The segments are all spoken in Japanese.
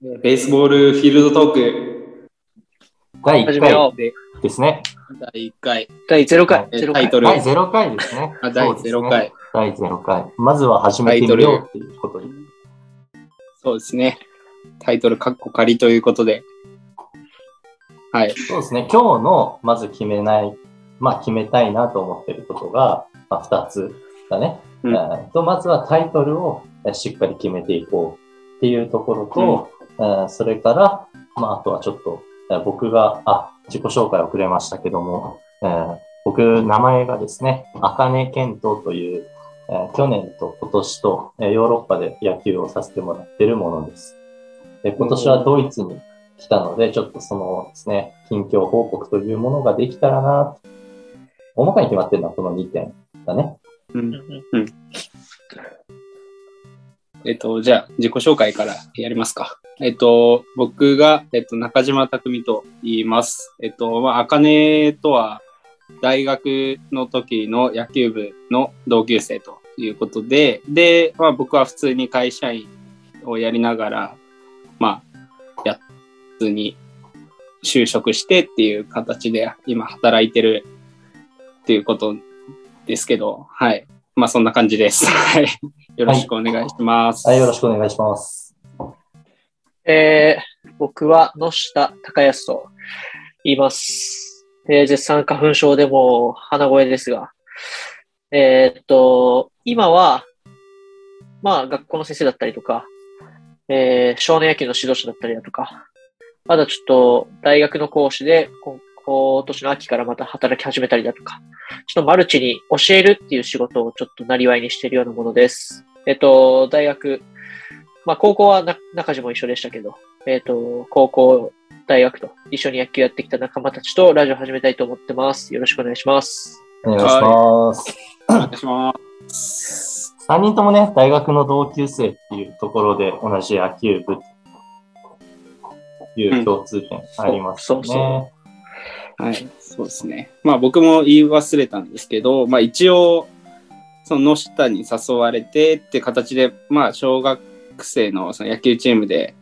ベースボールフィールドトーク第始1めよ回う。ですね。第1回、第0回。え0タイ回。トル、第0回ですね。あ第そうですね0回。第0回。まずは始めてみようっていうことで。そうですね。タイトル、カッコ仮ということで。はい。そうですね。今日の、まず決めない、まあ決めたいなと思ってることが、まあ2つだね。うんえーと、まずはタイトルをえーしっかり決めていこうっていうところと、えーそれから、まああとはちょっと、えー僕が、あ、自己紹介遅れましたけども、えー僕、名前がですね、あかね健人という、えー去年と今年と、えーヨーロッパで野球をさせてもらってるものです。で今年はドイツに来たので、ちょっとそのですね、近況報告というものができたらな、大まかに決まってるのはこの2点だね。うんえっと、じゃあ、自己紹介からやりますか。えっと、僕が、えっと、中島匠と言います。えっと、まあ、あかねとは、大学の時の野球部の同級生ということで、で、まあ、僕は普通に会社員をやりながら、まあ、やっ普通に就職してっていう形で、今働いてるっていうことですけど、はい。まあ、そんな感じです。はい。よろしくお願いします。はい、よろしくお願いします。えー、僕は野下隆康と言います。えー、絶賛花粉症でもう鼻声ですが、えーっと、今は、まあ学校の先生だったりとか、えー少年野球の指導者だったりだとか、まだちょっと大学の講師で、こ今年の秋からまた働き始めたりだとか、ちょっとマルチに教えるっていう仕事をちょっとなりわいにしているようなものです。えーっと、大学まあ、高校はな中地も一緒でしたけど、えっ、と、高校、大学と一緒に野球やってきた仲間たちとラジオ始めたいと思ってます。よろしくお願いします。お願いします。お願いします。 3人ともね、大学の同級生っていうところで同じ野球部という共通点ありますよそうそうね。はい、そうですね。まあ僕も言い忘れたんですけど、まあ一応、その野下に誘われてって形で、まあ小学生のその野球チームで、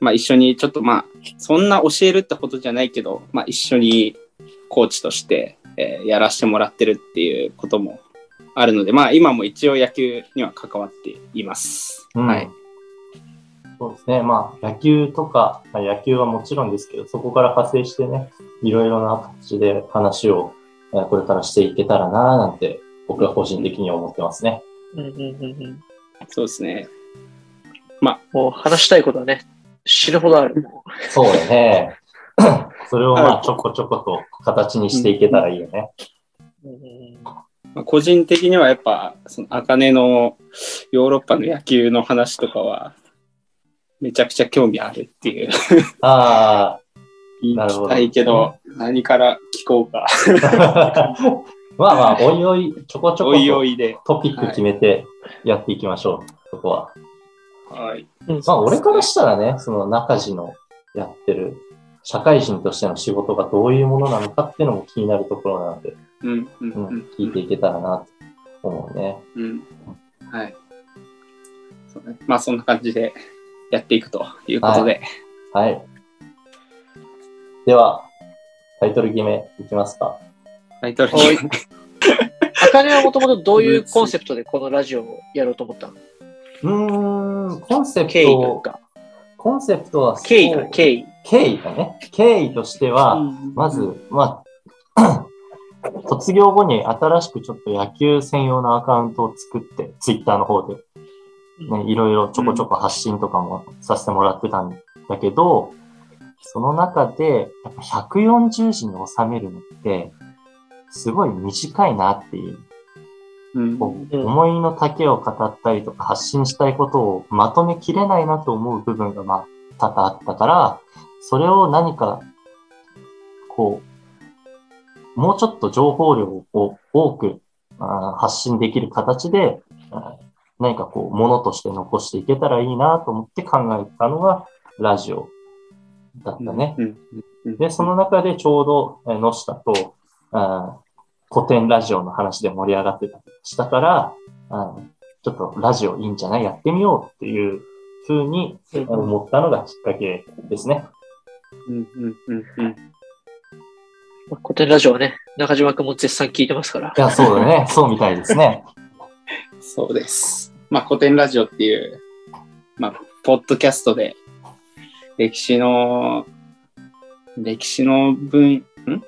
まあ一緒にちょっとまあ、そんな教えるってことじゃないけど、まあ一緒にコーチとして、えーやらせてもらってるっていうこともあるので、まあ今も一応野球には関わっています。うんはい。そうですね。まあ、野球とか、まあ野球はもちろんですけど、そこから派生してね、いろいろな形で話をえーこれからしていけたらな、なんて、僕は個人的に思ってますね。うんうんうんうん。そうですね。もう話したいことはね、死ぬほどある。そうだね。 それをまはあ、ちょこちょこと形にしていけたらいいよね。うんうんうんまあ、個人的にはやっぱ、その、あかねのヨーロッパの野球の話とかは、めちゃくちゃ興味あるっていう。あ言いなるほどたいけど、何から聞こうか。あ。 まあまあ、おいおい、ちょこちょおいおこいで。とトピック決めてやっていきましょう、そこは。はい。まあ、俺からしたらね、その中地のやってる社会人としての仕事がどういうものなのかっていうのも気になるところなので、うん、うん、ううんん、、聞いていけたらなと思うね。うん。はい。そうね、まあ、そんな感じでやっていくということで。はい。では、タイトル決めいきますか。タイトルはいに。あかねはもともとどういうコンセプトでこのラジオをやろうと思ったのうーん、コンセプ経緯といトう、か、コンセプトはそう、経緯か、経緯。経緯だね。経緯としては、まず、まあ、 卒業後に新しくちょっと野球専用のアカウントを作って、ツイッターの方で、ね、いろいろちょこちょこ発信とかもさせてもらってたんだけど、その中で、やっぱ140字に収めるのって、すごい短いなっていう、うん、こううん思いの丈を語ったりとか発信したいことをまとめきれないなと思う部分がまあ多々あったから、それを何か、こう、もうちょっと情報量を多くあー発信できる形で、あー何かこう、ものとして残していけたらいいなと思って考えたのが、ラジオだったね。うん。うんうんで、その中でちょうど、えー野下と、あー古典ラジオの話で盛り上がってたりしたから、あーちょっとラジオいいんじゃないやってみようっていうふうにうん思ったのがきっかけですね。うんうんうんうん。まあ古典ラジオはね、中島くんも絶賛聞いてますから。いや、そうだ ね。そうみたいですね。そうです。まあ、古典ラジオっていう、まあ、ポッドキャストで、歴史の、歴史の分、ん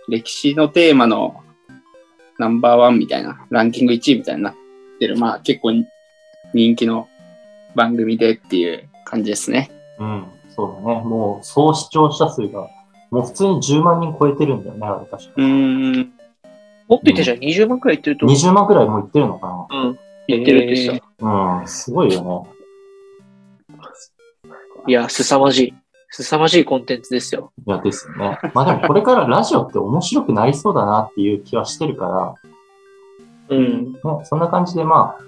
歴史のテーマのナンバーワンみたいな、ランキング1位みたいになってる、まあ、結構人気の番組でっていう感じですね。うん、そうだね。もう、総視聴者数が、もう普通に10万人超えてるんだよね、あれ確か。うーん。もっと言ってじゃん、20万くらい言ってると思う。 20万くらいもういってるのかうん。言ってるんですよ。な。うん、すごいよね。いや、凄まじい。凄まじいコンテンツですよ。いや、ですよね。まあでもこれからラジオって面白くなりそうだなっていう気はしてるかう。。うんら、ね、そんな感じでまあ、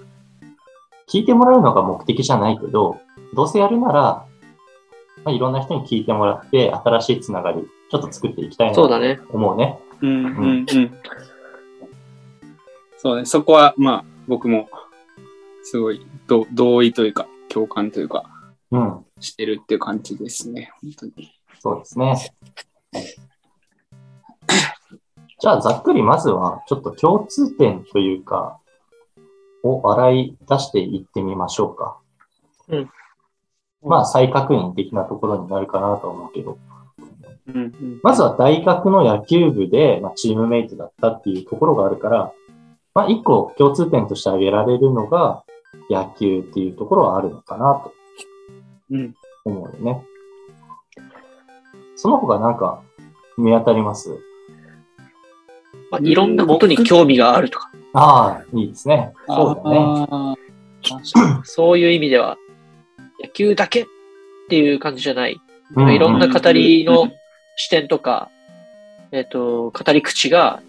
聞いてもらうのが目的じゃないけど、どうせやるなら、まあ、いろんな人に聞いてもらって、新しいつながり、ちょっと作っていきたいなそうとだね。思うね。うんうんうん。そうね、そこは、まあ、僕も、すごい、ど同意というか、共感というか、うん、してるっていう感じですね、本当に。そうです ね。じゃあ、ざっくりまずは、ちょっと共通点というか、を洗い出していってみましょうか。うん。まあ、再確認的なところになるかなと思うけど、うんうんまずは大学の野球部で、まあ、チームメイトだったっていうところがあるから、まあ、一個共通点として挙げられるのが、野球っていうところはあるのかなとうん。思うよね。その他なんか見当たりますまあ、いろんなことに興味があるとか、ああ、いいですね。そうだね。あそういう意味では、野球だけっていう感じじゃない。ういろんなう語りうのん視点とか、えっ、と、語り口が、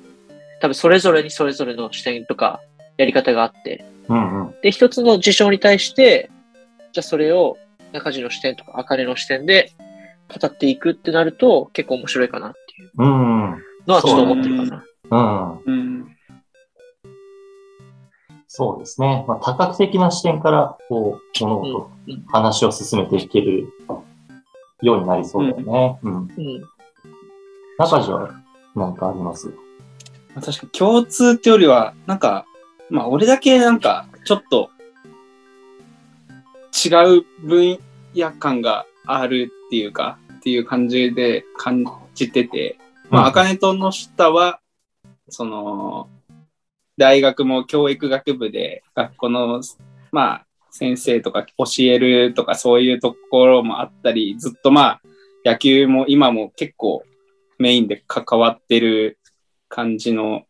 多分それぞれにそれぞれの視点とか、やり方があって、うんうん。で、一つの事象に対して、じゃあそれを中地の視点とか、茜の視点で語っていくってなると、結構面白いかなっていううんうん。のはちょっと思ってるかな。うん。うん。そうですね。まあ、多角的な視点から、こう、物事うんうん、話を進めていけるようになりそうだよね。うん。うん。中地はなんかありますまあ確かに共通ってよりは、なんか、まあ、俺だけなんか、ちょっと、違う分野感があるっていうか、っていう感じで感じてて、まあ、うん茜との下は、その、大学も教育学部で、学校の、まあ、先生とか教えるとか、そういうところもあったり、ずっとまあ、野球も今も結構メインで関わってる感じの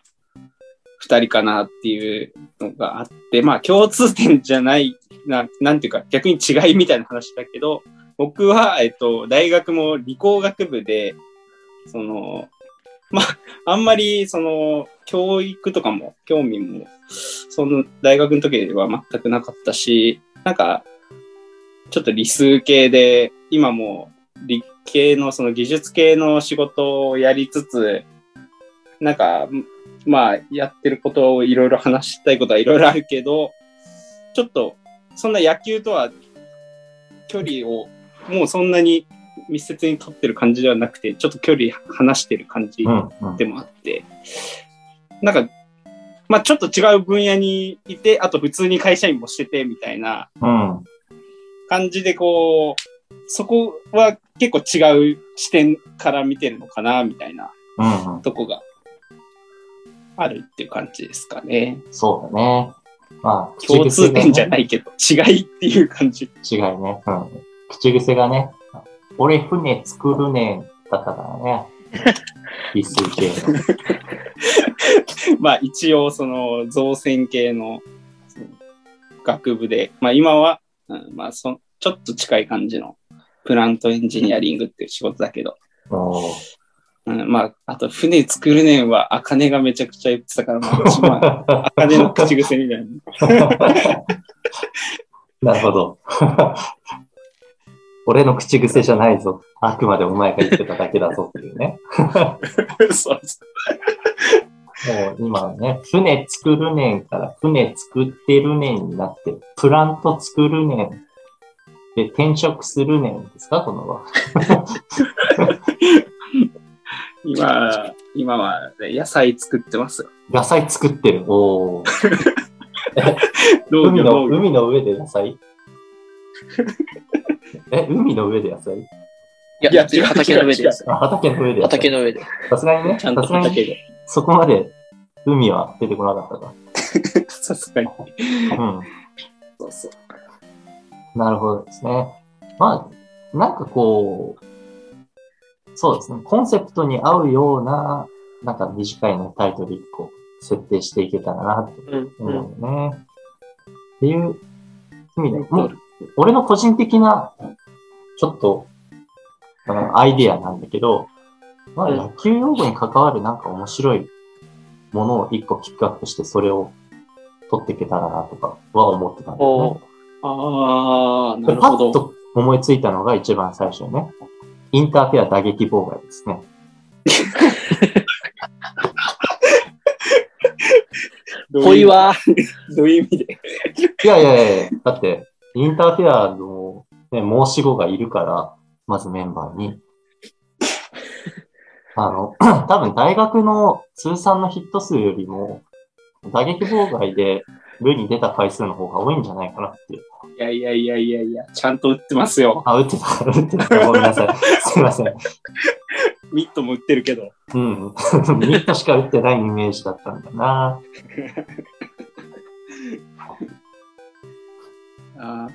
2人かなっていうのがあって、まあ、共通点じゃない、ななんていうか、逆に違いみたいな話だけど、僕は、えっと、大学も理工学部で、その、まあ、あんまり、その、教育とかも、興味も、その、大学の時は全くなかったし、なんか、ちょっと理数系で、今も理系の、その技術系の仕事をやりつつ、なんか、まあ、やってることをいろいろ話したいことはいろいろあるけど、ちょっと、そんな野球とは、距離を、もうそんなに密接に取ってる感じではなくて、ちょっと距離離してる感じうんうん。でもあって、なんか、まあちょっと違う分野にいて、あと普通に会社員もしててみたいなうん。感じで、こう、そこは結構違う視点から見てるのかな、みたいなうんうん。とこがあるっていう感じですかね。そうだね。まあ、共通点じゃいないけど、違いっていう感じ。違いね。うん。口癖がね、俺船作るねんだか らね。理数系の。まあ一応その造船系のその学部で、まあ今は、うんまあそちょっと近い感じのプラントエンジニアリングっていう仕事だけど、おーうん、まああと船作るねんは茜がめちゃくちゃ言ってたから、まあ私、ま あ、茜の口癖みたいな。 なるほど。 俺の口癖じゃないぞ。あくまでお前が言ってただけだぞっていうね。 そうそもう今ね、船作るねんから船作ってるねんになって、プラント作るねん。で、転職するねんですかこ のは。今、今は、ね、野菜作ってますよ。野菜作ってる。おー農海業、の、農業。海の上で 野菜え、海の上で野菜いいやや、違う畑の上でです。あ畑の上で野畑菜。の上で。さすがにね、ちゃんとさすがに畑で。そこまで海は出てこなかったか。 さすがに。うん。そうそう。なるほどですね。まあ、なんかこう、そうですね。コンセプトに合うような、なんか短いのタイトル1個設定していけたらなってうん、うん。思うよね。っていう意味で、もう、俺の個人的な、ちょっと、あのアイディアなんだけど、まあ、うん野球用語に関わるなんか面白いものを1個ピックアップして、それを取っていけたらなとかは思ってたんだよねお。あーあ、なでるパほど。ッと思いついたのが一番最初ね。インターフェア打撃妨害ですね。ぽいわー。どういう意味でいやいやいや、だって、インターフェアの、ね、申し子がいるから、まずメンバー に。あの、 多分大学の通算のヒット数よりも、打撃妨害で塁に出た回数の方が多いんじゃないかなっていう。いやいやいやいやいや、ちゃんと売ってますよ。あ、打ってた、打ってた。ごめんなさい。すいません。ミットも売ってるけど。うん。 ミットしか打ってないイメージだったんだな。あ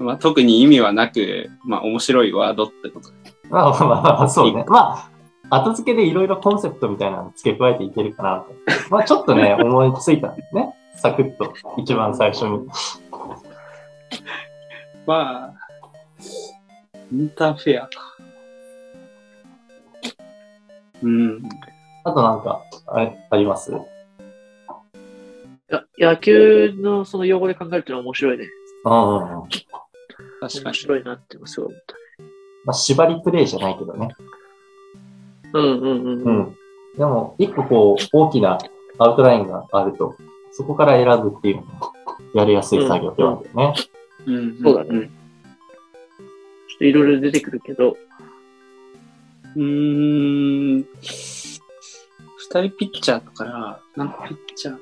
ーまあ、特に意味はなく、まあ、面白いワードってこと。まあまあまあまあ、そうね。まあ、後付けでいろいろコンセプトみたいなの付け加えていけるかなと。まあ、ちょっとね、思いついたんですね。サクッと、一番最初に。まあ、インターフェアか。うん。あとなんか、あれありますうや野球のその用語で考えるってのは面白いね。んうんうん。確か面に。白いなってすごい思った。まあ、縛りプレイじゃないけどね。うんうんうん。ううん、ん。でも、一個こう、大きなアウトラインがあると、そこから選ぶっていうのも、 やりやすい作業ってわけよね。うんそうだね。ちょっといろいろ出てくるけど、うーん。二人ピッチャーだから、なんかピッチャー、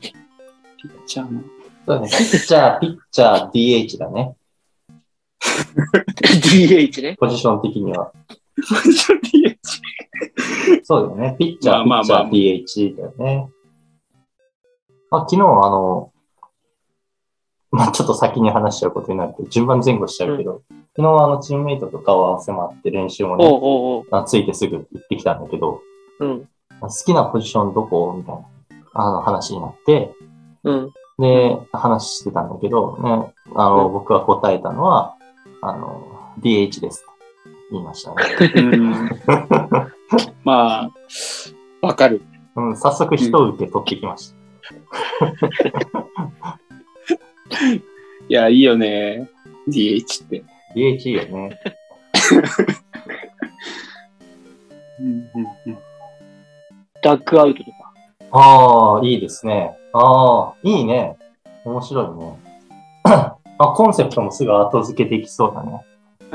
ピッチャーの。そうだね。ピッチャー、ピッチャー、DH だね。 DH ね。ポジション的には。 DH そうだよね。ピッチャー、ピまあッチまあャまあー、DH だよね。あ、昨日、あの、まあちょっと先に話しちゃうことになるけど、順番前後しちゃうけど、昨日、あの、チームメイトと顔合わせもあって練習もおうね、おうあついてすぐ行ってきたんだけど、おう。うん。好きなポジションどこみたいな、あの、話になって、うん。で、話してたんだけど、ね、あの、僕が答えたのは、あの、DH です。言いましたね。うん。 まあ、わかる。うん、早速人を受け取ってきました。いや、いいよね。DH って。 DH いいよね。うんうんうん。ダッグアウトとか。ああ、いいですね。ああ、いいね。面白いね。 あ、コンセプトもすぐ後付けできそうだね。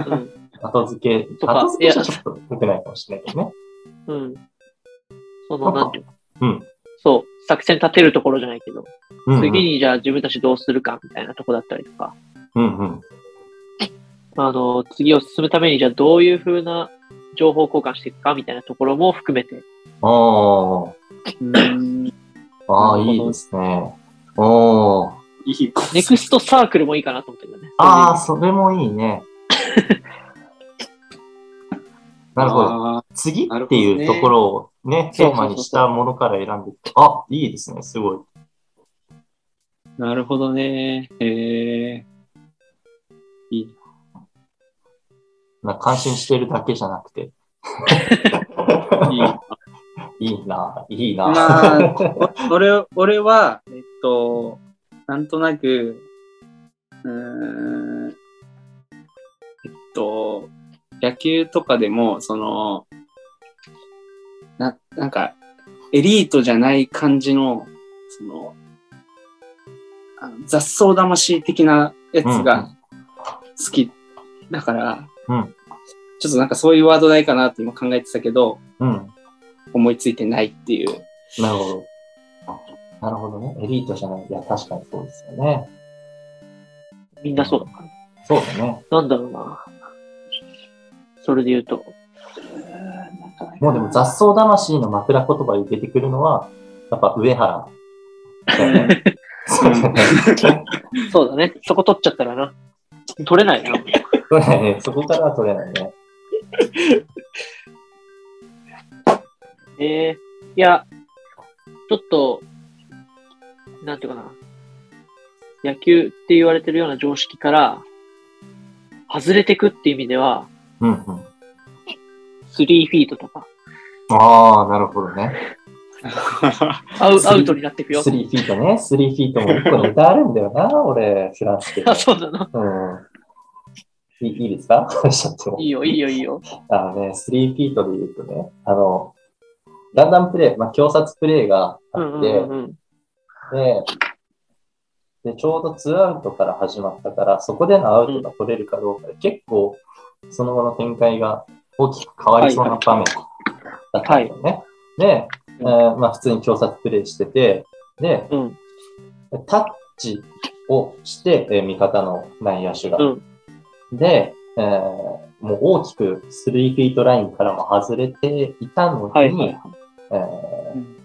うん。後付け、とか後付けじゃちょっと良くないかもしれないけどね。うん。その、なんていうのうん。そう、作戦立てるところじゃないけど、うん、次にじゃあ自分たちどうするかみたいなとこだったりとか、うんうん。あの、次を進むためにじゃあどういう風な情報交換していくかみたいなところも含めて、あうんあ、ああ、なるほどいいですね。おお。いいことネクストサークルもいいかなと思ったけどね。ああ、それもいい ね。なるほど。あ次なるっほてどねいうところをね、テーマにしたものから選んでいくあ、いいですね。すごい。ーなるほどね。へえ。いい な。な感心してるだけじゃなくて、いいないいな、いいな。まあ、お俺、俺は、えっと、なんとなく、うーん、えっと、野球とかでも、その、な、なんか、エリートじゃない感じの、その、あの雑草魂的なやつが好きだから、うんちょっとなんかそういうワードないかなって今考えてたけど、うん。思いついてないっていう。なるほど。なるほどね。エリートじゃない。いや、確かにそうですよね。みんなそうだから。そうだね。なんだろうな。それで言うと。もうでも雑草魂の枕言葉に出てくるのは、やっぱ上原。そうだね。そうだね。そこ取っちゃったらな。取れないよ。取れないね。 そこからは取れないね。ええいや、ちょっと、なんていうかな。野球って言われてるような常識から、外れてくっていう意味では、うんうん。 3フィートとか、ああ、なるほどね。アウスリーアウトになってくよス。リーフィートね。スリーフィートも一個の歌あるんだよな、俺、フランス で。あ、 そうなの。うん。いいいいですかちょっとい。いよ、いいよ、いいよ。あのね、スリーフィートで言うとね、あの、ランダムプレイ、まあ、強殺プレイがうあんっうて、んうん。で、で、ちょうどツーアウトから始まったから、そこでのアウトが取れるかどうかで、結構、その後の展開が大きく変わりそうな場面だったんだよね。で、えーまあ、普通に強殺プレイしてて、で、うん。タッチをして、えー味方の内野手が。うんで、えーもう大きくスリーフィートラインからも外れていたのに、はいはいはい。えーうん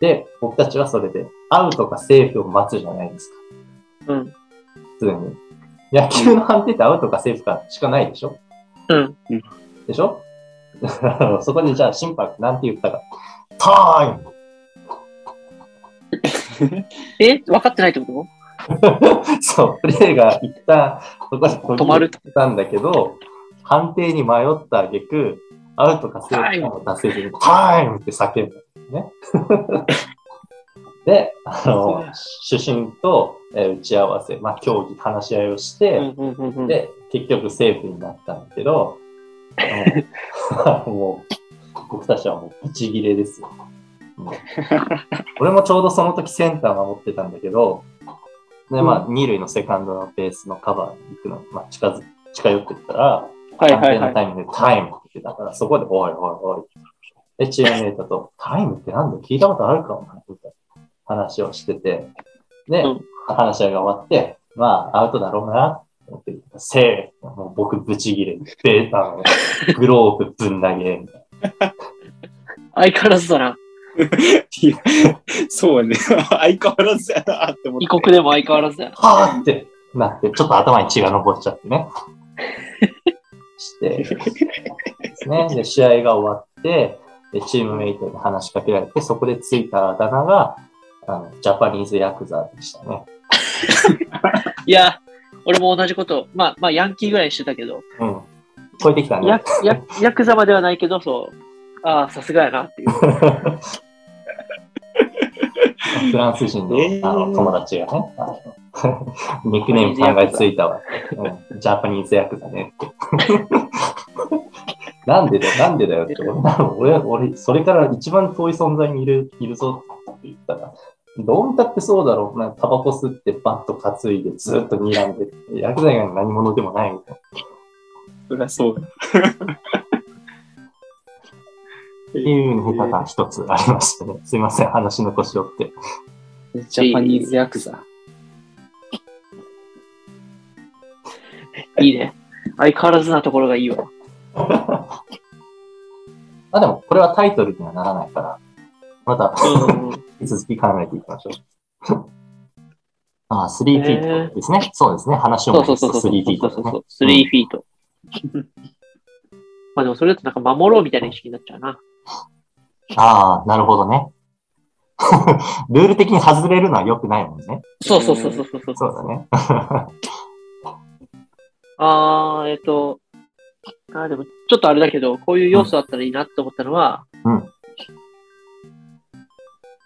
で、僕たちはそれでアウトかセーフを待つじゃないですか、うん。普通に。野球の判定ってアウトかセーフかしかないでしょうん。でしょ そこにじゃあ審判なんて言ったか。タイムえ分かってないってこそう、プレーが一旦そこでと止まる。ったんだけど、判定に迷った挙句、アウトかセーフかも出せずに、タイムって叫ぶんですね。 で、あの、主審と、えー打ち合わせ、まあ、協議、話し合いをしうて、んうんうんうん。で、結局セーフになったんだけ ど、あのもう、僕たちはもう、ブチギレですよ。もう俺もちょうどその時センター守ってたんだけど、で、まあ、二塁のセカンドのベースのカバーに行くの、まあ、近づ、近寄ってったら、はいは判定いのはタイミングでタイムって言ってたから、そこで、おいおいおい。で、チームメイトと、タイムってなんだ聞いたことあるかお前みたいな話をしてて、で、うん話し合いが終わって、まあ、アウトだろうな、思って、セーフもう僕、ブチギレ、ベータの、グローブぶん投げ、みたいい。相変わらずだな。いやそうやね。相変わらずやなって思って。異国でも相変わらずだな。なはーってなって、ちょっと頭に血が上っちゃってね。して、ですね。で、試合が終わって、で、チームメイトに話しかけられて、そこでついたあだ名が、あの、ジャパニーズヤクザでしたね。いや、俺も同じこと、まあ、まあ、ヤンキーぐらいしてたけど、うん。超えてきたヤね。クヤクヤクザまではないけど、そう、ああ、さすがやなっていう。フランス人の,、えーあの友達がね、あの ニックネーム考えついたわ。うんジャパニーズヤクザね って。なんでだよ、なんでだよって。俺、俺、俺それから一番遠い存在にいるいるぞって言ったら、どう見たってそうだろう。なんかタバコ吸ってバッと担いでずっと睨んで、ヤクザ以外の何者でもないみたいそりゃそうや。な。っていうネタが一つありましてね。すいません、話の腰折って。ジャパニーズヤクザ。いいね。相変わらずなところがいいわ。まあでも、これはタイトルにはならないから、またうんう引ん、き続き考えていきましょう。ああ、スリーフィートですね。そうですね。話をそうそ戻うすそうとそスう。リーフィートそうでそうすそねう。スリーフィート。 まあでもそれだとなんか守ろうみたいな意識になっちゃうな。。ああ、なるほどね。 ルール的に外れるのは良くないもんね。そうそうそうそうそうそう。そうだね。ああ、えっ、と、あーでもちょっとあれだけど、こういう要素あったらいいなと思ったのは、うん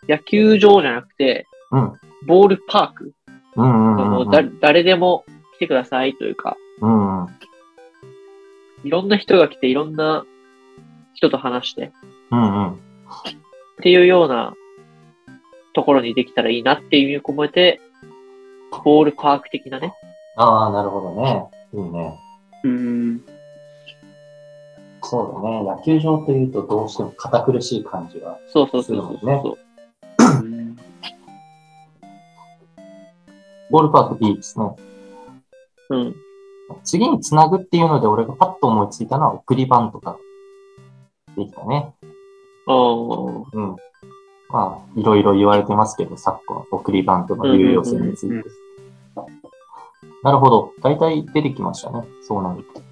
野球場じゃなくて、うんボールパーク、うんうあんうのんうだん。。誰でも来てくださいというか、うんうんいろんな人が来て、いろんな人と話して、うんうん。っていうようなところにできたらいいなっていう意味を込めて、ボールパーク的なね、ああ、なるほどね。いいね。うん。そうだね。野球場というとどうしても堅苦しい感じが。そうそうそうそうそうだそう。ボールパーク B ですね。うん。次につなぐっていうので、俺がパッと思いついたのは送りバントができたね。ああ。うん。まあ、いろいろ言われてますけど、昨今、送りバントの有用性について。うんうんなるほど。大体出てきましたね。そうなると。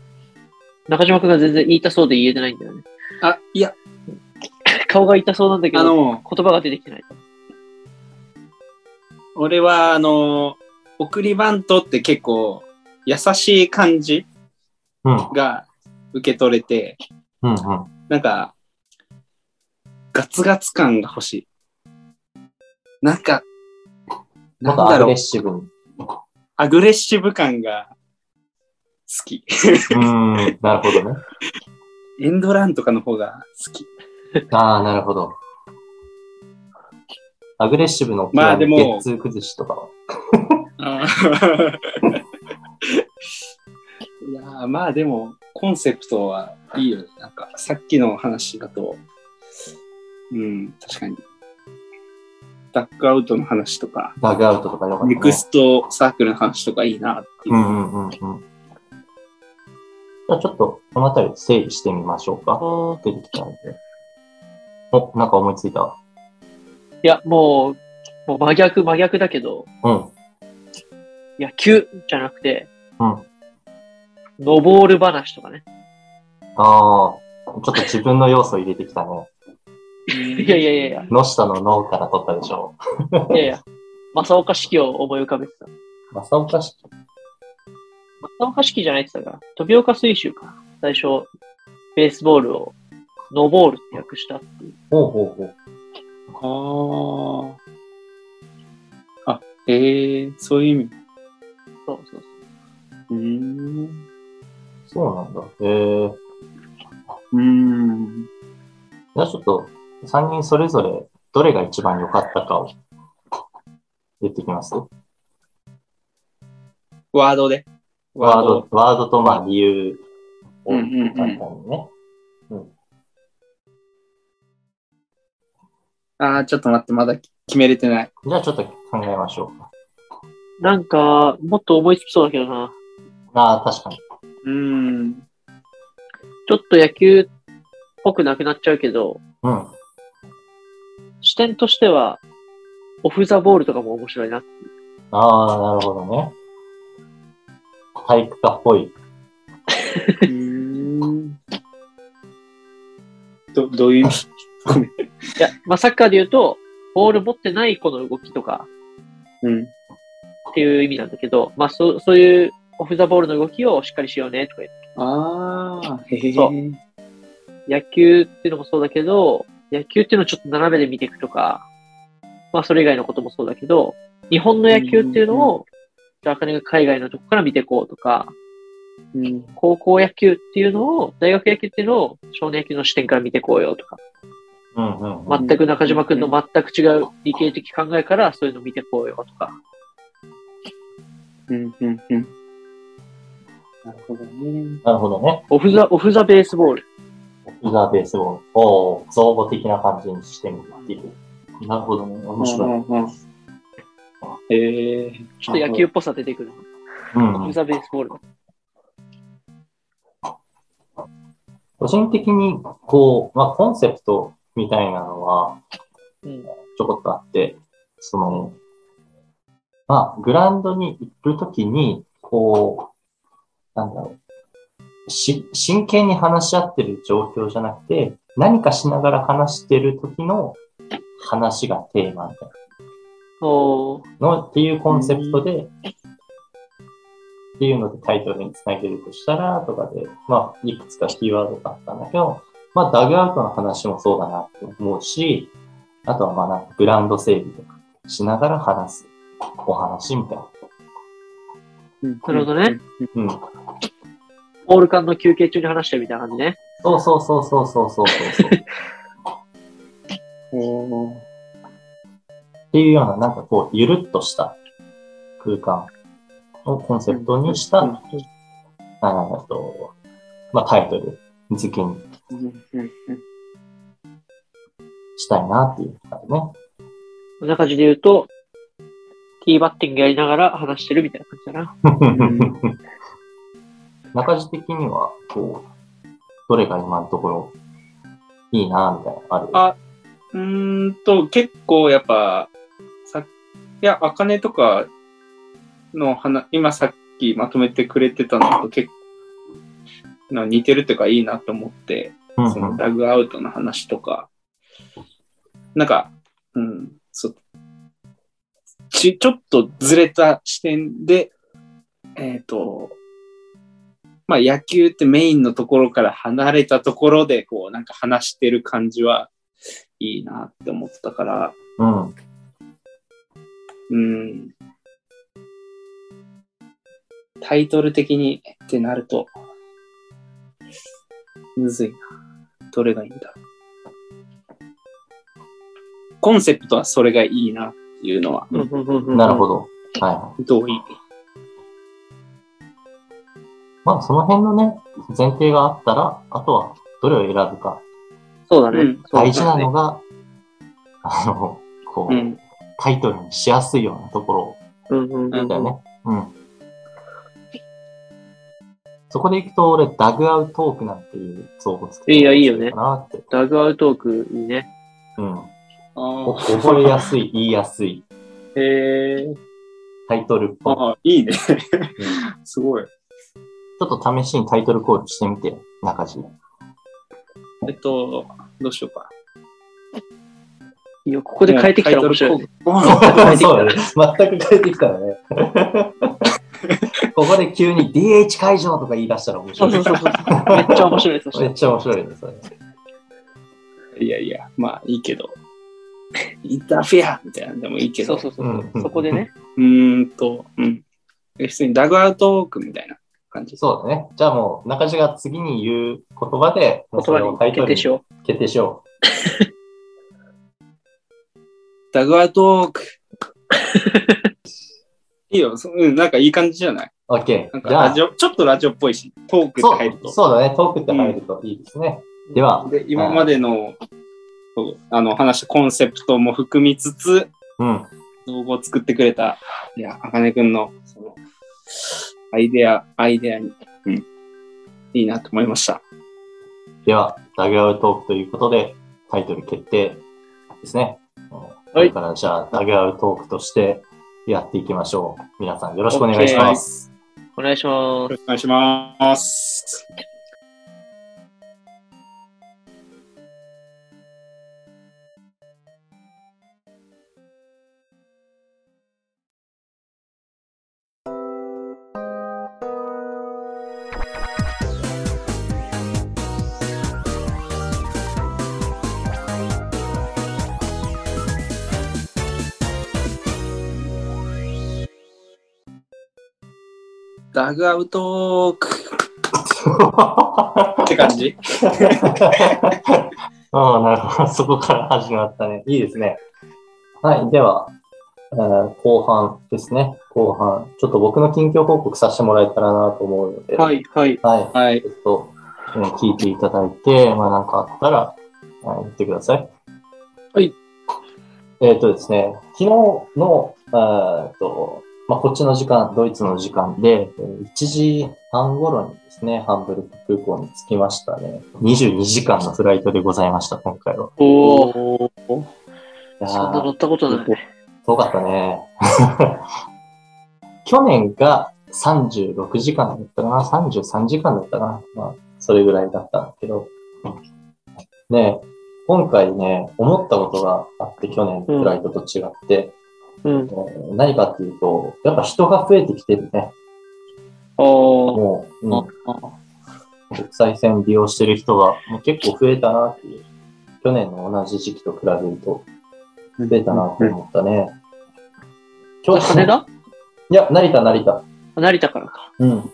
中島くんが全然言いたそうで言えてないんだよね。あ、いや、顔が痛そうなんだけあど、の、言葉が出てきてない。俺は、あの、送りバントって結構、優しい感じうん、が受け取れて、うん、うん。なんか、ガツガツ感が欲しい。なんか、もなっんとだアグろレうッ、シブ に。うアグレッシブ感が好き。ーん、なるほどね。エンドランとかの方が好き。 ああ、なるほど。アグレッシブの極みまあでもゲッツー崩しとかは。あーいやーまあでもコンセプトはいいよねなんかさっきの話だとうん確かにダックアウトの話とかダグアウトとかよかった、ね。ネクストサークルの話とかいいなっていうう、んうんうんうん。じゃあちょっと、この辺り整理してみましょうか。あ出てきたんで。お、なんか思いついた。あ。いや、もう、もう真逆、真逆だけど、うん。野球じゃなくて、うん。のぼる話とかね。ああ、ちょっと自分の要素入れてきた ね。 いやいやいやいや、野下の脳から取ったでしょいやいや、正岡式を思い浮かべてた。う。正岡式。正岡式じゃないって言ってたから、飛岡水州か。最初、ベースボールを、ノボールって訳したっていう。ほうほうほう。あああええそういう意味そうそうそうーんそうなんだ。へえ。うーんじゃあちょっと、3人それぞれ、どれが一番良かったかを、言ってきますワードでワード、ワードとまあ理由をうん簡う単んうんにね。ああちょっと待ってまだ決めれてないじゃあちょっと考えましょう。なんか、もっと思いつきそうだけどな。ああ、確かに。うーんちょっと野球っぽくなくなっちゃうけど、うん。視点としては、オフザボールとかも面白いな。ああ、なるほどね。体育科っぽい。うーんどどういう意味ごめん。いや、まあ、サッカーで言うと、ボール持ってない子の動きとかうん。っていう意味なんだけど、まあ、そうそういうオフザボールの動きをしっかりしようねとか言ってああ、へえ。。そう野球っていうのもそうだけど、野球っていうのをちょっと斜めで見ていくとか、まあ、それ以外のこともそうだけど、日本の野球っていうのを、じゃあ、茜が海外のとこから見ていこうとか、うん、高校野球っていうのを、大学野球っていうのを少年野球の視点から見ていこうよとか、うんうん、うん。全く中島くんの全く違う理系的考えからそういうの見ていこうよとか、うん、うん、うん。なるほどね。なるほどね。オフザ、オフザベースボール。ウザーベースボールを造語的な感じにしてみるっていう。なるほどね。面白い。い。へえ。ちょっと野球っぽさ出てくる。うんオうフん。ザベースボール。個人的に、こう、まあ、コンセプトみたいなのは、うん。ちょこっとあって、その、まあ、グラウンドに行るときに、こう、なんだろう、し、真剣に話し合ってる状況じゃなくて、何かしながら話してる時の話がテーマみたいおーなのっていうコンセプトで、っていうのでタイトルにつなげるとしたら、とかで、まあ、いくつかキーワードがあったんだけど、まあ、ダグアウトの話もそうだなって思うし、あとはまあ、なんかグラウンド整備とかしながら話すお話みたいな。ななるほどね。うん。ボール間の休憩中に話してるみたいな感じね。そうそうそうそうそうそうそう。おーっていうような、なんかこう、ゆるっとした空間をコンセプトにした、あーとまあ、タイトル付けにしたいなっていう感じね。こんな感じで言うと、ティーバッティングやりながら話してるみたいな感じだな。ん中地的には、こう、どれが今のところいいな、みたいなのある。あうーんと、結構やっぱ、さいや、あかねとかの話、今さっきまとめてくれてたのと結構、な似てるっていうかいいなと思って、うんそうんのダグアウトの話とか、なんか、うん、そう、ち、ちょっとずれた視点で、えっ、と、まあ野球ってメインのところから離れたところで、こう、なんか話してる感じはいいなって思ったから、うん。うん。タイトル的にってなると、むずいな。どれがいいんだろう。コンセプトはそれがいいなっていうのはなるほど。ど。はいはい。同意。まあ、その辺のね、前提があったら、あとは、どれを選ぶか。そうだね。うんそうだね大事なのが、あの、こう、うん。タイトルにしやすいようなところうんうんうん。だよね。うん。そこで行くと、俺、ダグアウトークなんていう造語作っていやいいよねかなって。ダグアウトークいいね。うん。あおー覚えやすい、言いやすい、へえ。タイトルっぽい。ああ、い いね。すごい。ちょっと試しにタイトルコールしてみて、中地。えっと、どうしようか。いや、ここで変えてきたら面白いね。い。そうだね。全く変えてきたらね。 ここで急に DH 会場とか言い出したら面そ白うい。そうそうそう。めっちゃ面白い。そしめ てっちゃ面白いね、それ。いやいや、まあいいけど。 インターフェアみたいなのでもいいけそどう。そうそう。うんそこでね。うーんと、うん。え普通にダグアウトウォークみたいな感じ。そうだね。じゃあもう、中地が次に言う言葉で、も言うそ葉れをタにイトル決定にしよ決定しよ。ダグアウトウォーク。いいよ、そうん、なんかいい感じじゃないう OK なん。かじゃラあジ、オ、ちょっとラジオっぽいし、トークってそ入ると。うそうだね。トークって入るといいですね。では、で、今までの、そうあの、話したコンセプトも含みつつ、うん。動画を作ってくれた、いや、あかねくんの、その、アイデア、アイデアに、うん、いいなと思いました。では、ダグアウトトークということで、タイトル決定ですね。これからじゃあ、ダグアウトトークとしてやっていきましょう。皆さんよろしくお願いします。う。お願いしまよす。ろしくお願いします。ダグアウトーク って感じああ、なるほど。そこから始まったね。いいですね。はい。では、えー後半ですね。後半。ちょっと僕の近況報告させてもらえたらなと思うので。はい、はい。はい。はい。ちょっと、えー聞いていただいて、まあ、なんかあったら、はい言ってください。はい。えっ、とですね、昨日の、えーっと、まあ、こっちの時間、ドイツの時間で、えー1時半頃にですね、ハンブルク空港に着きましたね。22時間のフライトでございました、今回は。おお。おーいやーそんな乗ったことない。遠かったね。 去年が36時間だったかな ?33 時間だったかなまあ、それぐらいだったんだけど。ねえ今回ね、思ったことがあって、去年のフライトと違って、うん。えー何かっていうと、やっぱ人が増えてきてるね。おお。もう、うん国際線利用してる人がもう結構増えたなっていう。去年の同じ時期と比べると、増えたなって思ったね。今日羽田いや、成田、成田。成田からか。うん。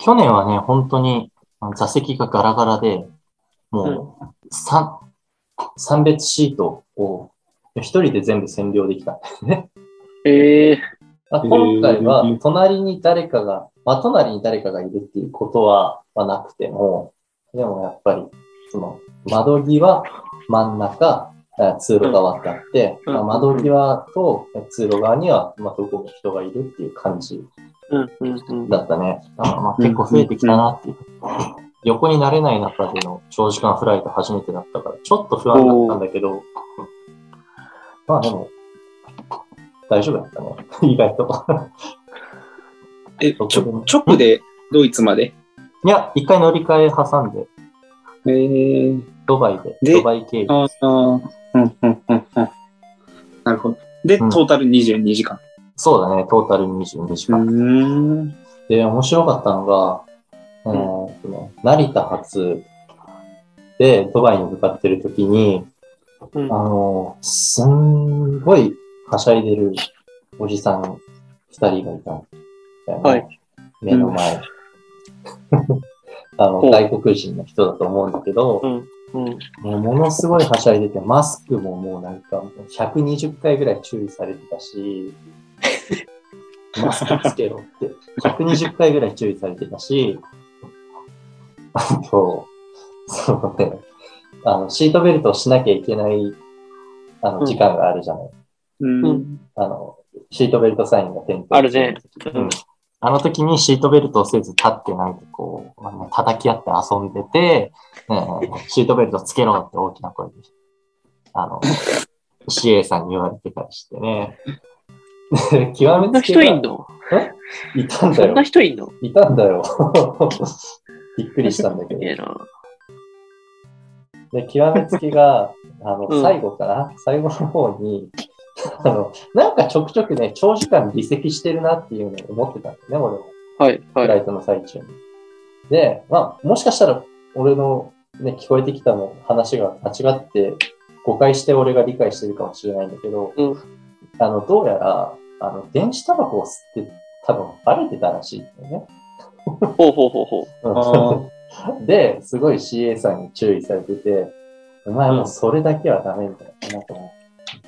去年はね、本当にあの座席がガラガラで、もう、三、三別シートを、一人で全部占領できた。ええ。あ今回は、隣に誰かが、まあ、隣に誰かがいるっていうことは、まあ、なくても、でもやっぱり、その、窓際、真ん中、え通路側ってあって、うんまあ窓際とえ通路側には、まあ、どこも人がいるっていう感じうんうんうん。だったね。あまあ、結構増えてきたなっていう。横になれない中での長時間フライト初めてだったから、ちょっと不安だったんだけど、うんまあでも、大丈夫だったね。 意外と。え、ちょ、直でドイツまで。いや、一回乗り換え挟んで、えー、ドバイで、でドバイ経由。ああ、うん、うん、うん、うん。なるほど。で、トうんータル22時間。そうだね、トータル22時うー間。ん。で、面白かったのが、えーとね成田発でドバイに向かってる時に、うあんの、すんごいはしゃいでるおじさん二人がいたんだよね。はい目の前。 あの、ほう外国人の人だと思うんだけど、うん。もうものすごいはしゃいでて、マスクももうなんかもう120回ぐらい注意されてたし、マスクつけろって、120回ぐらい注意されてたし、あと、そうね、あの、シートベルトをしなきゃいけない、あうの、ん時間があるじゃない。うん。あの、シートベルトサインが点灯あるね。うんあの時にシートベルトをせず立ってなんかこう、あの叩き合って遊んでて、うんシートベルトつけろって大きな声で、あ の、CA さんに言われてたりしてね。 で極そめんなつけ人がいんのいたんだそんよな。人いんのいたんだよ。 びっくりしたんだけど。ええで、な。極めつけ が、あの、うん最後かな最後の方に、あの、なんかちょくちょくね、長時間離席してるなっていうのを思ってたんだよね、俺も。はい、はフい。ライトの最中に。で、まあ、もしかしたら、俺の、ね、聞こえてきたの話が間違って、誤解して俺が理解してるかもしれないんだけど、うんあの、どうやら、あの、電子タバコを吸って、多分バレてたらしいんだよね。ほうほうほう ほうんあで、すごい CA さんに注意されてて、お前もうそれだけはダメみたいな。なんかもう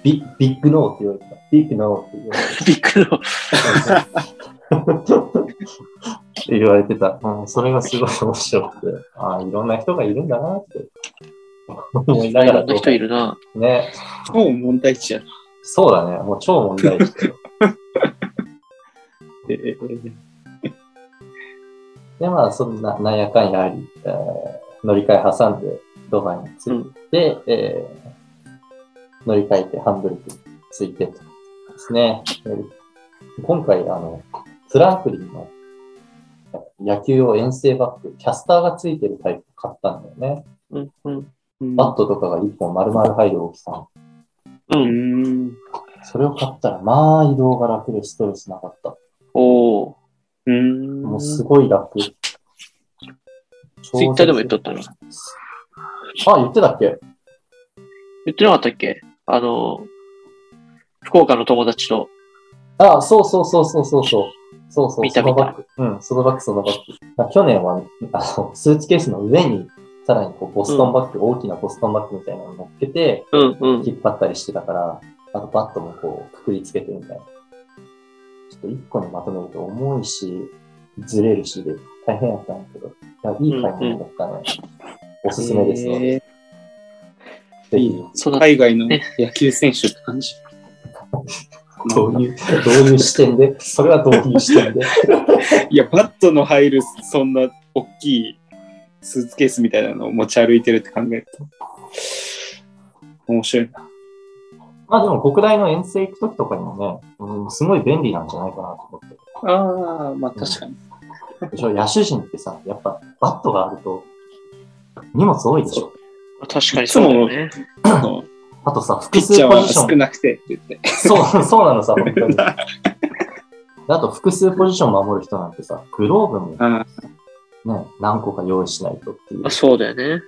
ビッビッグノーって言われてた。ビッグノーって言われてたう。びっくりの。って言われてた。うん、それがすごい面白くて、ああ、いろんな人がいるんだなって思いないがろらんなと、人いるな。ね、もう問題値やな。そうだね、もう超問題児だよえーで、まあ、そんな、なんやかんやあり、えー乗り換え挟んで、ドバイに着いて、えー乗り換えてハンブルクに着いてとですね。えー今回、あの、フランクリンの野球用遠征バッグ、キャスターがついてるタイプ買ったんだよね。うん、うん。バットとかが1本丸々入る大きさ。う。うんん。それを買ったら、まあ移動が楽でストレスなかった。おお。うん。もうすごい楽。ツツイッターでも言っとったな。あ、言ってたっけ言ってなかったっけあの、福岡の友達と。あ、そうそうそうそうそうそう。そうそう、見たそのバッグ。うん、そのバッグ、そのバッグ。あ去年は、あの、 スーツケースの上に、さらにこう、ボストンバッグ、大きなボストンバッグみたいなの乗っけて、うん、うん。引っ張ったりしてたから、あとバットもこう、くくりつけてみたいな。ちょっと一個にまとめると重いし、ずれるしで、大変やったんだけど、いやいい買い物だったね。おすすめですね。えぜいいひ ねそーの、海外の野球選手って感じ。どういう、どういう視点で、それはどういう視点で。いや、バットの入る、そんな大きいスーツケースみたいなのを持ち歩いてるって考えると、面白いな。まあでも国内の遠征行くときとかにもね、うん、すごい便利なんじゃないかなと思って。ああ、まあ確かに。でしょ野手陣ってさ、やっぱバットがあると、荷物多いでしょ。確かにそうだよね。あのあとさ、ピ複ッチャ数ーポはジション少なくてって言って。そう、そうなのさ、本当に。あと、複数ポジション守る人なんてさ、グローブもあね、何個か用意しないとっていうあ。そうだよね。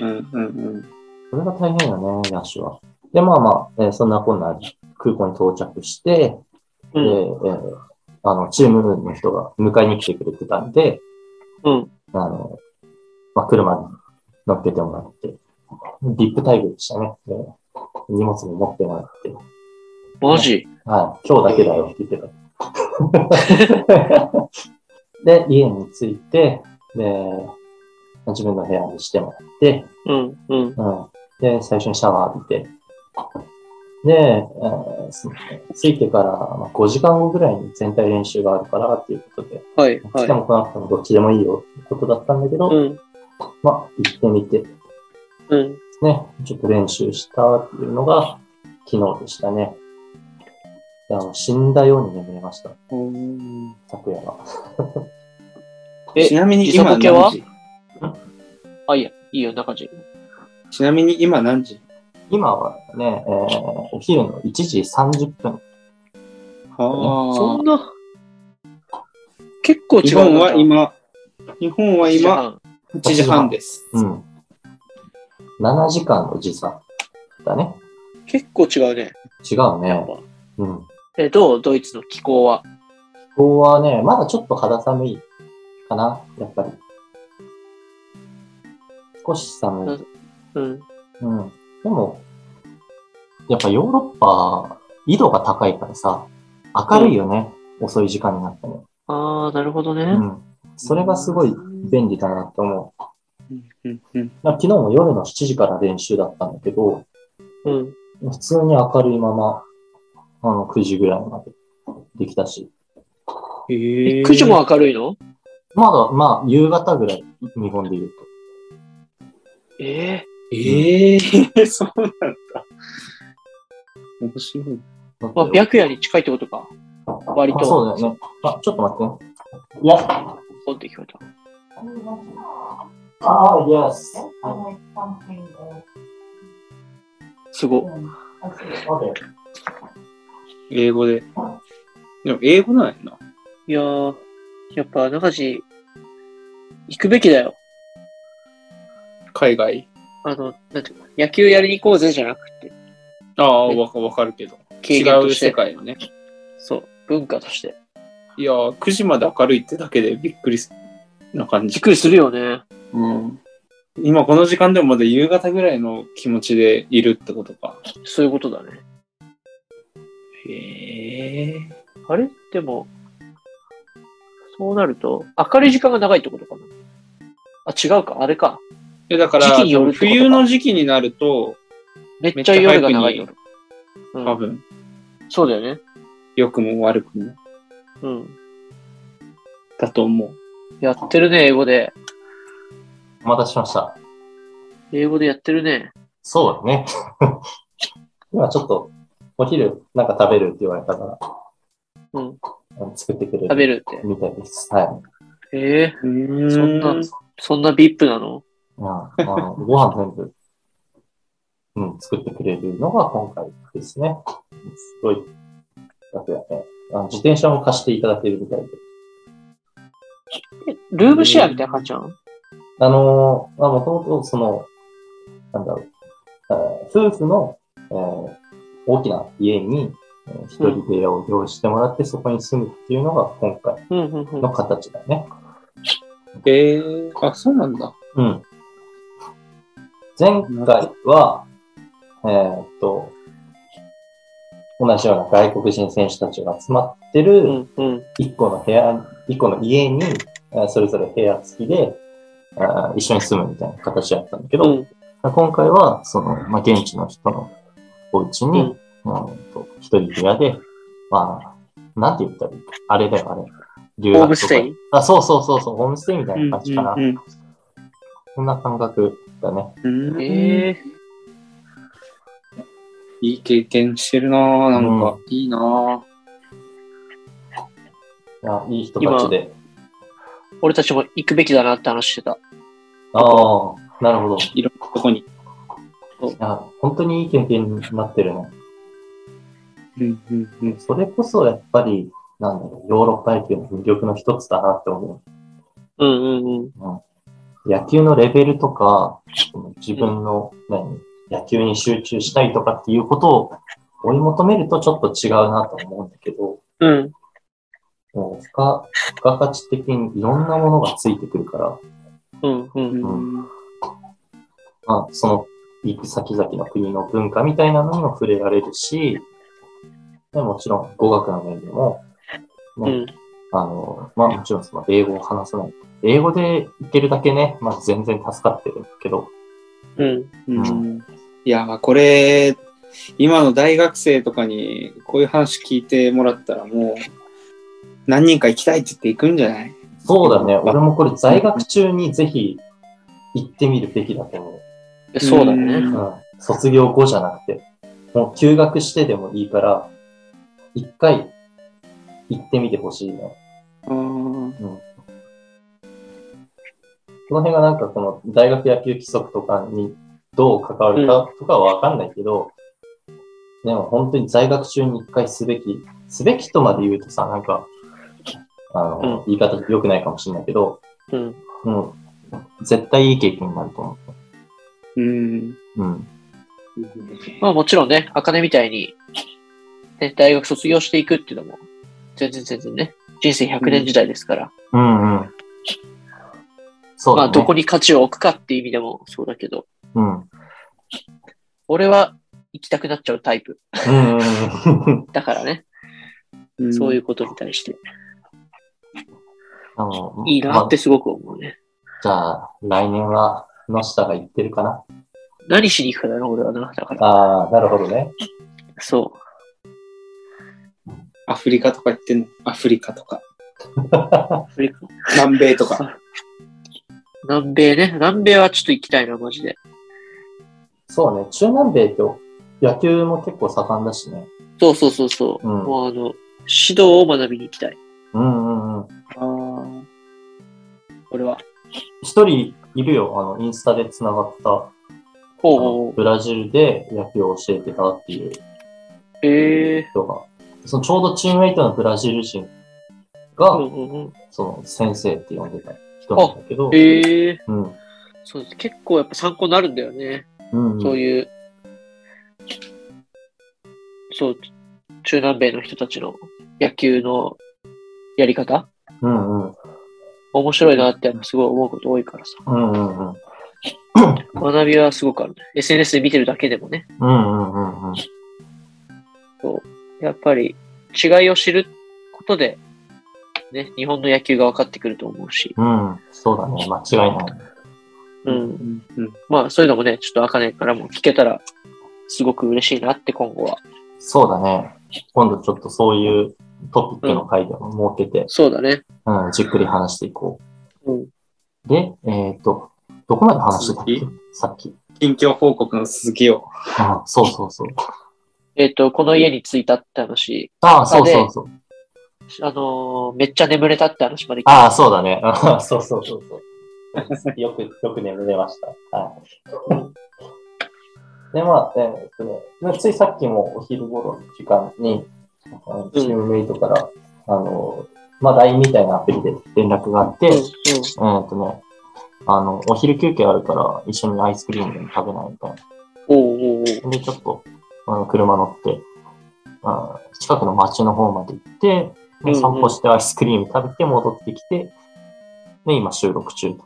うんうんそれが大変よね、野手は。で、まあまあ、えーそんなこんなで空港に到着して、うで、えん、ーあの、チームの人が迎えに来てくれてたんで、うん。あの、まあ、車に乗っけてもらって、ビップ待遇でしたね。で荷物も持ってもらって、マジはい、今日だけだよって言ってた。 で、家に着いて、で、自分の部屋にしてもらって、うん、うん。うん。で、最初にシャワー浴びて。で、えーその着いてからまあ5時間後ぐらいに全体練習があるからっていうことで、はい、来てはも来なくてもどっちでもいいよってことだったんだけど、い。うん、まあ、行ってみて、ね、うん。ちょっと練習したっていうのが昨日でしたね。であの死んだように眠れました、昨夜は。えちなみに時差今ボケは何時あ、いいや、いいよ、中地。ちなみに今何時今はね、えーお昼の1時30分。そはんな、結構あ。違日うん本だは、今、日本は7時今半8時半です。うん。7時間の時差だね。結構違うね。違うやっね。ぱ。うん。こえ、どうドイツの気候は。こはね、まだちょっと肌寒いかな、やっぱり。少し寒い。うん。うん。でも、やっぱヨーロッパ、緯度が高いからさ、明るいよね。遅い時間になっても。ああ、なるほどね。うん。それがすごい便利だなって思う。うんうんだから昨日も夜の7時から練習だったんだけど、うん。普通に明るいまま、あの、9時ぐらいまでできたし。ええ、ー9時も明るいのまだ、まあ、夕方ぐらい、日本で言うと。ええー、そうなんだ。面白い。だっー、まあ、て白夜に近いってことか。割とあそうだよね。あ、ちょっと待ってね。いや。ほんって聞こえた。ああ、イエス。すご。英語で。でも英語なんやな。いやー、やっぱ中地、行くべきだよ。海外。あの、なんていうか、野球やりに行こうぜじゃなくて、ああ、ねわかわかるけど。経違験とうして世。界のね。そう、文化として。いやー、9時まで明るいってだけでびっくりすな感びっじ。くりするよね。うん。今この時間でもまだ夕方ぐらいの気持ちでいるってことか。そういうことだね。へえ。あれでも、そうなると、明るい時間が長いってことかな。あ、違うか、あれか。で、だから、時期によるってことか冬の時期になると、めっちゃ夜が長い夜。う多ん、分、そうだよね。良くも悪くも、うん。だと思う。やってるね、英語で。お待たせしました。英語でやってるね。そうだね。 今ちょっと、お昼なんか食べるって言われたから、うん。あの作ってくれ食べるるって。みたいです。はい。ええうんそんなそんな VIP なのうんあのご飯全部、 うん、作ってくれるのが今回ですね。すごい。だけだね。あの自転車も貸していただけるみたいで。えルームシェアみたいな感じなのあのー、まあ、もともと、その、なんだろう、えー夫婦の、えー大きな家に、えー一人部屋を用意してもらって、そこに住むっていうのが今回うんうんうんの。形だね。ええあ、そうなんだ。うん。前回は、えーっと、同じような外国人選手たちが集まってうるんうん。一個の部屋、一個の家に、えーそれぞれ部屋付きで、あー一緒に住むみたいな形だったんだけど、うん今回は、その、まあ、現地の人のお家に、うんと一人部屋で、まあ、なんて言ったらいいかあれだよ、あれ。留ホームステイあ、そうそうそうそう、ホームステイみたいな感じかな。うんうんそんな感覚だね。うんええいい経験してるなぁ、なんか。いいなぁ。いや、いい人たちで。俺たちも行くべきだなって話してた。ああ、なるほど。いいろんなとこに。や、本当にいい経験になってるね。うんうんうん。それこそ、やっぱり、なんだろう、ヨーロッパ野球の魅力の一つだなって思う。うんうんうん。野球のレベルとか、自分の、何、野球に集中したいとかっていうことを追い求めるとちょっと違うなと思うんだけど、うん。もう付加、付加価値的にいろんなものがついてくるから、うんうんうん。うんまあ、その行く先々の国の文化みたいなのにも触れられるし、でもちろん語学の面でも、ね、あの、まあもちろんその英語を話さない。英語でいけるだけね、まあ全然助かってるけど、うん。うんうんいやー、これ、今の大学生とかにこういう話聞いてもらったらもう、何人か行きたいって言って行くんじゃないそうだね、俺もこれ在学中にぜひ行ってみるべきだと思う。えそうだうね。んうん、卒業後じゃなくて、もう休学してでもいいから、一回行ってみてほしいね。あーこの辺がなんかこの大学野球規則とかにどう関わるかとかはわかんないけど、でも本当に在学中に一回すべき、すべきとまで言うとさ、なんか、あの、うん言い方良くないかもしれないけど、うん。うん、絶対いい経験になると思うん。う。うん。まあもちろんね、アカネみたいに、ね、大学卒業していくっていうのも、全然全然ね、人生100年時代ですから、うんうん。そうまだね。あどこに価値を置くかっていう意味でもそうだけど、うん。うん俺は行きたくなっちゃうタイプうんうんうん。だからね、うんそういうことに対して、あのいいなってすごく思うね。まじゃあ、来年は、の下が言ってるかな。何しに行くかだな、俺はな。だから、ああ、なるほどね。そアフリカとか行ってんのアフリカと か。う。アフリカ南米とか。南米ね。南米はちょっと行きたいな、マジで。そうね、中南米と野球も結構盛んだしね。そうそうそうそう。うんもうあの、指導を学びに行きたい。うんうんうん。あー俺は。一人いるよ、あの、インスタで繋がった、あほうのほう。ブラジルで野球を教えてたっていうええ人が、そのちょうどチームメイトのブラジル人ー。が、うんうんうん。その先生って呼んでた人なんだけど、ええー。うん。そうです。結構やっぱ参考になるんだよね。うん、そうう。いう、そう、中南米の人たちの野球のやり方うんうん。面白いなってやっぱすごい思うこと多いからさ。うんうんうん。学びはすごくあるね。SNS で見てるだけでもね。うんうんうんうん。やっぱり違いを知ることで、ね、日本の野球が分かってくると思うし、うん、そうだね、間違いない。う。うんんうんまあ、そういうのもね、ちょっとあかねからも聞けたら、すごく嬉しいなって今後は。そうだね。今度ちょっとそういうトピックの回でも設けて、そうだね。うん、じっくり話していこうん。う。で、えっ、と、どこまで話してたっけ鈴さっき。近況報告の続きを。あそうそうそう。えっ、と、この家に着いたって話、ああ、そうそうそう。あのーめっちゃ眠れたって話まで聞いああ、そうだね。 あーそうそうそうそう。よく、よく眠れました。はい。で、まあ、えーっとねまあ、ついさっきもお昼頃の時間に、あのチームメイトから、あの、まあ、LINE みたいなアプリで連絡があって、て。えーっとね、あの、お昼休憩あるから一緒にアイスクリームでも食べないみたいうんうん。おうおうな。で、ちょっと、あの車乗って、あー近くの町の方まで行って、うんうでん散歩してアイスクリーム食べて戻ってきて、で、今収録中と。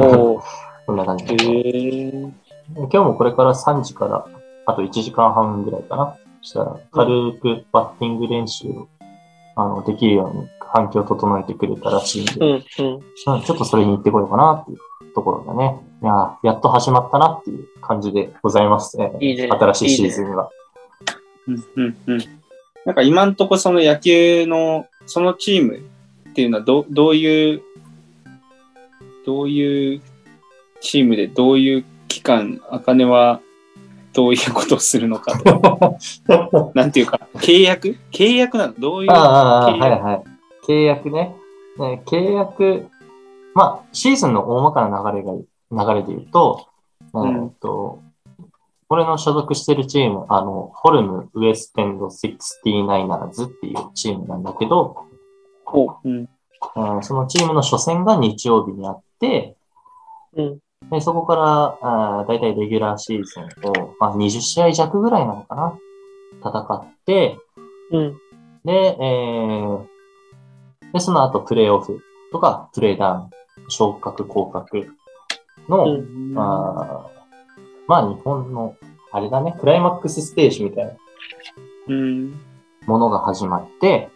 おう。 おうこんな感じへで。ー今日もこれから3時から、あと1時間半ぐらいかな。したら、軽くバッティング練習を、あの、できるように環境を整えてくれたらしいんで、うんううん。んちょっとそれに行ってこようかなっていうところだね。いやー、やっと始まったなっていう感じでございますね。いいね新しいシーズンは。うんうんうんなんか今んとこその野球のそのチームっていうのはどどういうどういうチームでどういう期間あかねはどういうことをするのかと かなんていうか契約契約なのどういうああ、契はい約はい。契約ね。ね契約、まあ、シーズンの大まかな流れが、流れで言うと、んえっと、俺の所属してるチーム、あの、ホルムウエステンド69 ers っていうチームなんだけど、おう。うんうんそのチームの初戦が日曜日にあって、うん。で、そこから、あー大体レギュラーシーズンを、まあ、20試合弱ぐらいなのかな戦って、うん。で、えー、で、その後プレイオフとか、プレイダウン、昇格、降格の、うんあーまあ、日本の、あれだね、クライマックスステージみたいなうんものが始まって、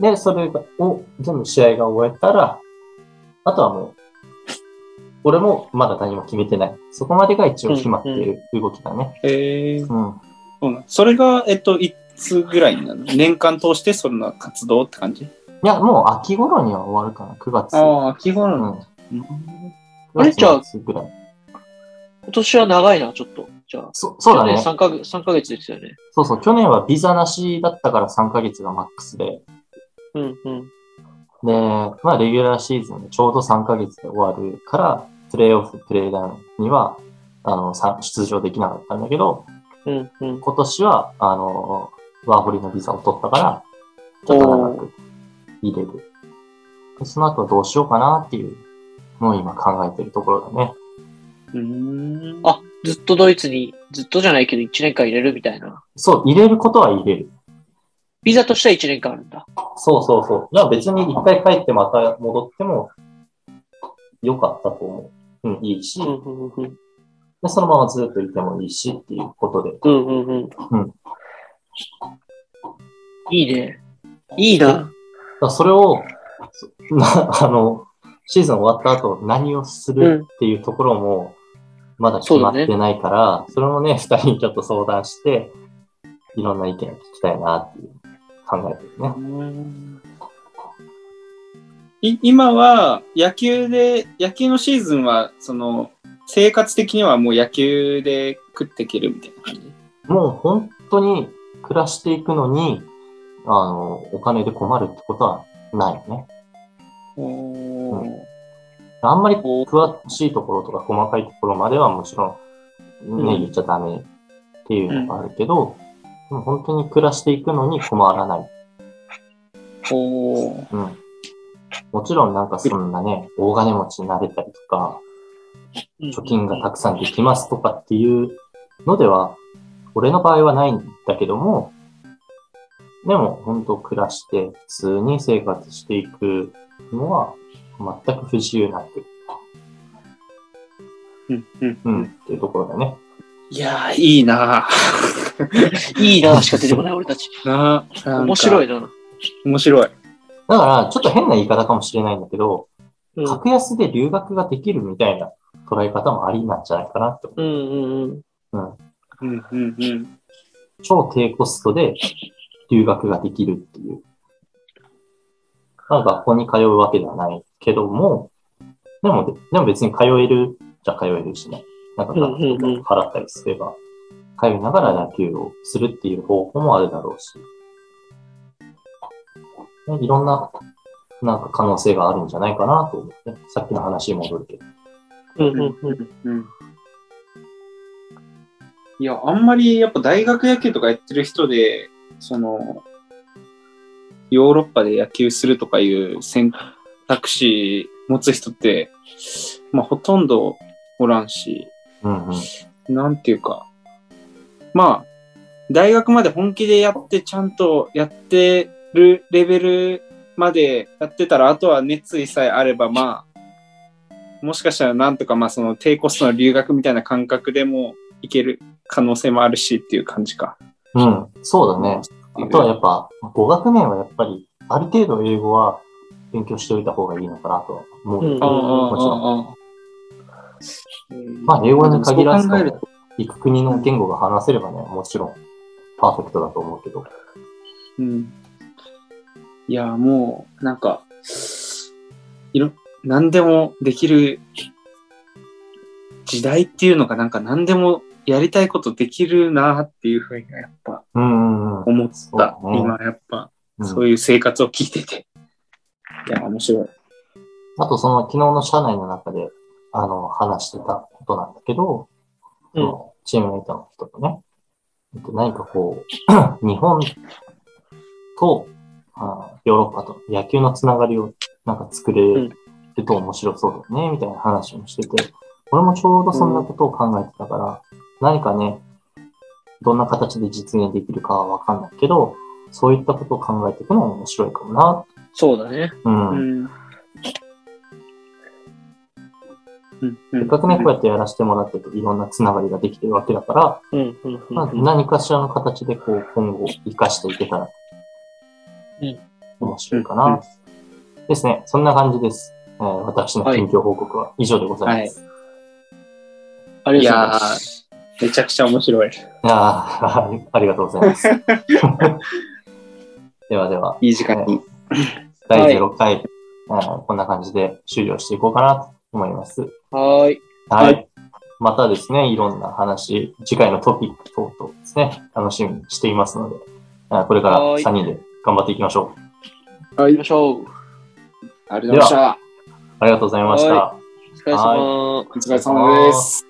で、それがを全部試合が終えたら、あとはもう、俺もまだ何も決めてない。そこまでが一応決まっている動きだね。えー、うん。そうなんそれが、えっと、いつぐらいになるの年間通してそんな活動って感じいや、もう秋頃には終わるかな、9月。ああ、秋頃うの。ん。うんあれじゃあ9月ぐらい。今年は長いな、ちょっと。じゃあ。そそうだね。 3ヶ月、三ヶ月ですよね。そうそう。去年はビザなしだったから3ヶ月がマックスで。うんうん。で、まあ、レギュラーシーズンでちょうど3ヶ月で終わるから、プレイオフ、プレイダウンには、あの、さ出場できなかったんだけど、うんうん。今年は、あの、ワーホリのビザを取ったから、ちょっと長く入れる。でその後どうしようかなっていうのを今考えてるところだね。うーんあ、ずっとドイツに、ずっとじゃないけど1年間入れるみたいな。そう、入れることは入れる。ビザとしては1年間あるんだ。そうそうそう。じゃあ別に一回帰ってまた戻っても、良かったと思う。うん、いいし、うんうんうんでそのままずっといてもいいしっていうことで。うんうんうんうんいいね。いいな。だからそれを、そな あの、シーズン終わった後何をするっていうところも、まだ決まってないから、それもね、二人にちょっと相談して、いろんな意見を聞きたいなっていう考えてるね。い今は野球で野球のシーズンはその生活的にはもう野球で食っていけるみたいな感じもう本当に暮らしていくのに、あの、お金で困るってことはないよね。おーあんまりお詳しいところとか細かいところまではもちろんね、うん言っちゃダメっていうのがあるけど、でも本当に暮らしていくのに困らない。おーうん。もちろんなんかそんなね、大金持ちになれたりとか、貯金がたくさんできますとかっていうのでは、俺の場合はないんだけども、でも本当暮らして普通に生活していくのは全く不自由なく、うんうんうん、っていうところだね。いやーいいなぁいいなしか出 てこない俺たち。なぁなんか面白いな。面白いだから、ちょっと変な言い方かもしれないんだけど、うん格安で留学ができるみたいな捉え方もありなんじゃないかなって思うんうんうん。うんうんうんう。超低コストで留学ができるっていう。まあ、学校に通うわけではないけども、でも、ででも別に通えるじゃ通えるしね。なんか学費とか払ったりすれば、通いながら野球をするっていう方法もあるだろうし。ねいろんな、なんか可能性があるんじゃないかなと思って、さっきの話に戻るけど。うんううんんうん。うんいやあんまりやっぱ大学野球とかやってる人でそのヨーロッパで野球するとかいう選択肢持つ人って、まあ、ほとんどおらんし、うんうん。なんていうか、まあ、大学まで本気でやって、ちゃんとやってるレベルまでやってたら、あとは熱意さえあれば、まあ、もしかしたらなんとか、まあ、その低コストの留学みたいな感覚でもいける可能性もあるしっていう感じか。うん、そうだね。あとはやっぱ、5学年はやっぱり、ある程度英語は勉強しておいた方がいいのかなとは思う。うんああ、あもちろん。あ、ああ。まあ、英語に限らずそう考えると、、行く国の言語が話せればね、もちろん、パーフェクトだと思うけど。うん。いや、もう、なんか、いろ、何でもできる時代っていうのが、なんか何でもやりたいことできるなっていうふうにやっぱうんうんうん。思った。そうね今やっぱ、うんそういう生活を聞いてて。いや、面白い。あと、その、昨日の社内の中で、あの、話してたことなんだけど、そうんのチームメイトの人とね、えっと何かこう、 日本とあヨーロッパと野球のつながりをなんか作れると面白そうだよね、みたいな話もしてて、俺もちょうどそんなことを考えてたから、何かね、どんな形で実現できるかはわかんないけど、そういったことを考えていくのも面白いかもな。そうだね。うん。うん。うん。せっかくね、こうやってやらせてもらってて、いろんなつながりができてるわけだから、うんうんうんまあ、うん。何かしらの形でこう今後生かしていけたら、うん面白いかな。ですね。そんな感じです。えー私の近況報告は以上でございます。ありがとうございます。めちゃくちゃ面白い。いやー ありがとうござい ます。ではでは、いい時間に。はい第0回、えーこんな感じで終了していこうかなと思います。はーい。は。はいいまたですね、いろんな話、次回のトピック等々ですね、楽しみにしていますので、あこれからはい3人で頑張っていきましょう。行きましょう。ありがとうございました。ありがとうございましはた。お疲れ様。お疲れ様です。